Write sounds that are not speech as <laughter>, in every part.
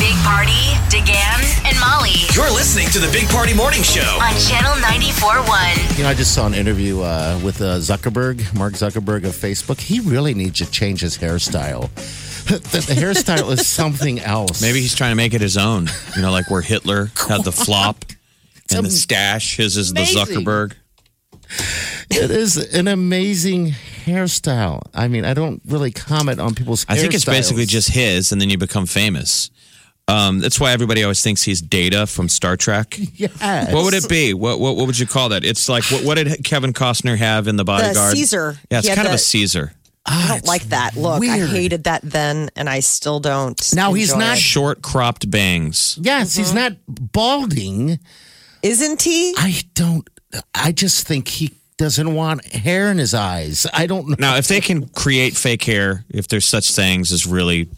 Big Party, DeGan, and Molly You're listening to the Big Party Morning Show. on Channel 94.1. You know, I just saw an interview uh, with uh, Zuckerberg, Mark Zuckerberg of Facebook. He really needs to change his hairstyle. <laughs> the, the hairstyle is something else. Maybe he's trying to make it his own. You know, like where Hitler had the <laughs> flop and the stash. His is the amazing. Zuckerberg. it is an amazing hairstyle. I mean, I don't really comment on people's. I think it's hairstyles. basically just his, and then you become famous. Um, that's why everybody always thinks he's Data from Star <laughs> Trek. yes. What would it be? What, what what would you call that? It's like what, what did Kevin Costner have in the Bodyguard? Caesar. Yeah, it's He had kind of the- a Caesar. I don't like that look. I weird. hated that then, and I still don't. Now he's enjoy not- it. Mm-hmm. Short cropped bangs. Yes, he's not balding. Isn't he? I don't. I just think he doesn't want hair in his eyes. I don't know. Now, if they can create fake hair, if there's such things as really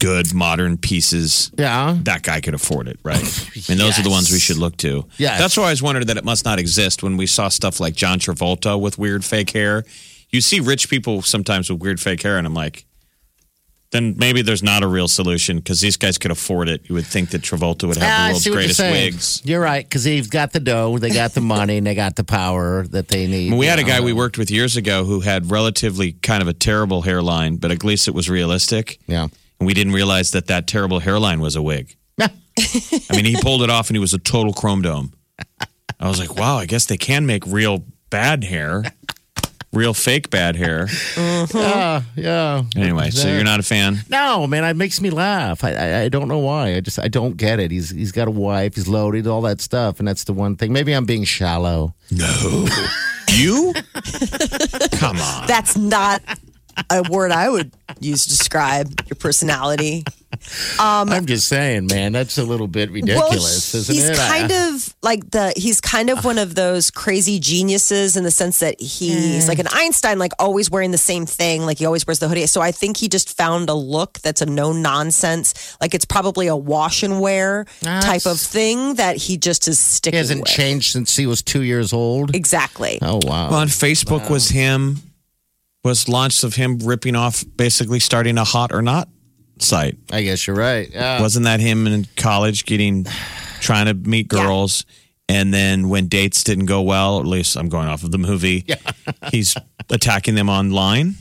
good modern pieces, Yeah. that guy could afford it, <laughs> right? I mean, those are the ones we should look to. Yes. That's why I always wondered that it must not exist when we saw stuff like John Travolta with weird fake hair. You see rich people sometimes with weird fake hair, and I'm like, then maybe there's not a real solution because these guys could afford it. You would think that Travolta would have Ah, I the world's see what greatest you're saying. wigs. You're right, because they've got the dough, they got the money, and they got the power that they need. We had a you guy know. we worked with years ago who had relatively kind of a terrible hairline, but at least it was realistic. Yeah. And we didn't realize that that terrible hairline was a wig. I mean, he pulled it off and he was a total chrome dome. I was like, wow, I guess they can make real bad hair, real fake bad hair. Yeah, yeah. Anyway, so you're not a fan? No, man, it makes me laugh. I, I I don't know why. I just I don't get it. He's he's got a wife. He's loaded, all that stuff, and that's the one thing. Maybe I'm being shallow. No. You? Come on. That's not a word I would use to describe your personality. I'm just saying, man, that's a little bit ridiculous, Um, well, isn't he's it? kind of like the he's kind of one of those crazy geniuses in the sense that he's like Mm. an Einstein, like always wearing the same thing, like he always wears the hoodie. So I think he just found a look that's a no nonsense, like it's probably a wash and wear That's- type of thing that he just is he sticking. hasn't with. changed since he was two years old. Exactly. Oh wow. On Facebook was him, was launched of him ripping off, basically starting a hot or not site. I guess you're right. Uh, Yeah. Wasn't that him in college getting trying to meet girls? And then when dates didn't go well, at least I'm going off of the movie, he's attacking them online. I mean,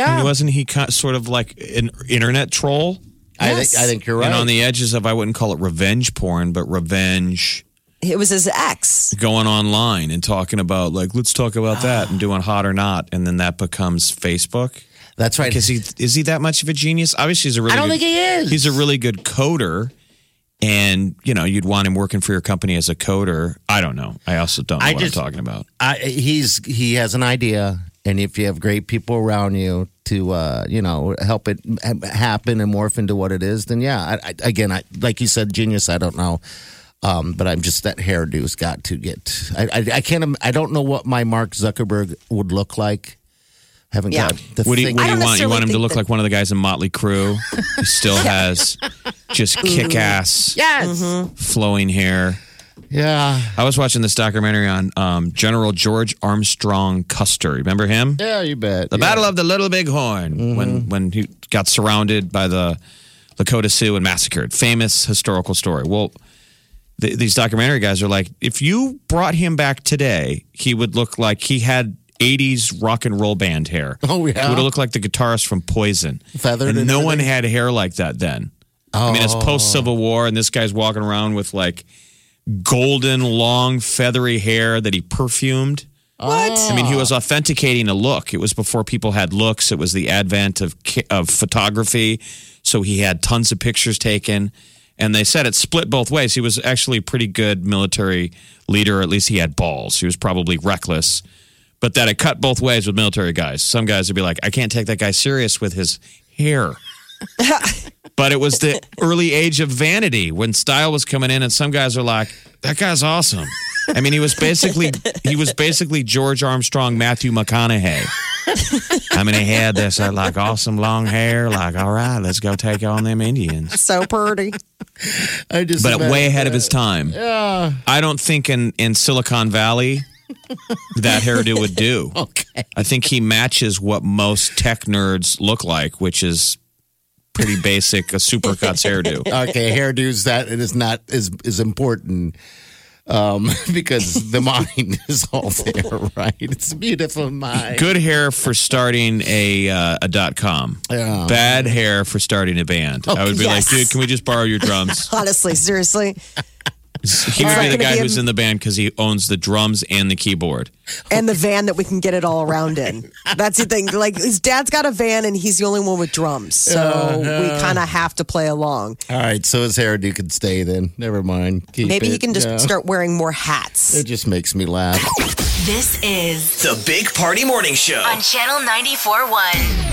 yeah. wasn't he kind, sort of like an internet troll? I think I think you're right. And on the edges of, I wouldn't call it revenge porn, but revenge It was his ex. going online and talking about, like, let's talk about that and doing hot or not. And then that becomes Facebook. that's right. Because he is he that much of a genius? Obviously, he's a really. I don't good- think he is. He's a really good coder, and you know you'd want him working for your company as a coder. I don't know. I also don't know I what just- I'm talking about. I, he's he has an idea, and if you have great people around you to uh, you know help it ha- happen and morph into what it is, then yeah. I, I, again, I, like you said, genius. I don't know, um, but I'm just that hairdo's got to get. I, I, I can't. im- I don't know what my Mark Zuckerberg would look like. Haven't Yeah. got the What do you, thing. what do I you don't want? You want him to necessarily look think like one of the guys in Motley Crue? He <laughs> still has just Mm-hmm. kick ass, yes. Mm-hmm. flowing hair. Yeah. I was watching this documentary on um, General George Armstrong Custer. Remember him? Yeah. You bet. The yeah. Mm-hmm. Battle of the Little Bighorn, when when he got surrounded by the Lakota Sioux and massacred. Famous historical story. Well, th- these documentary guys are like, if you brought him back today, he would look like he had. 80s rock and roll band hair. Oh, yeah. He would have looked like the guitarist from Poison. Feathered And and Oh. no one had hair like that then. I mean, it's post Civil War, and this guy's walking around with like golden, long, feathery hair that he perfumed. What? I mean, he was authenticating a look. It was before people had looks. It was the advent of ki- of photography, so he had tons of pictures taken. And they said it split both ways. He was actually a pretty good military leader. At least he had balls. He was probably reckless, but that it cut both ways with military guys. Some guys would be like, "I can't take that guy serious with his hair." but it was the early age of vanity when style was coming in, and some guys are like, "That guy's awesome." I mean, he was basically he was basically George Armstrong, Matthew McConaughey. I mean, he had this uh, like awesome long hair. Like, all right, let's go take on them Indians <laughs> so pretty. I just but imagine way ahead of his time. I don't think in, in Silicon Valley that hairdo would do. Okay. I think he matches what most tech nerds look like, which is pretty basic, a supercuts hairdo. okay, hairdos that it is not is is important um, <laughs> because the mind <laughs> is all there, right? It's a beautiful mind. Good hair for starting a uh, a dot com. Yeah. Bad hair for starting a band. I would be yes. like, dude, can we just borrow your <laughs> drums? Honestly, seriously. He would It's not be the gonna guy be a- who's in the band because he owns the drums and the keyboard. And the van that we can get it all around in. That's the thing. Like his dad's got a van and he's the only one with drums. So Uh-huh. we kind of have to play along. All right, so his hairdo could stay then. Never mind. Keep Maybe he it. can just Yeah. start wearing more hats. It just makes me laugh. This is The Big Party Morning Show. on Channel 94.1.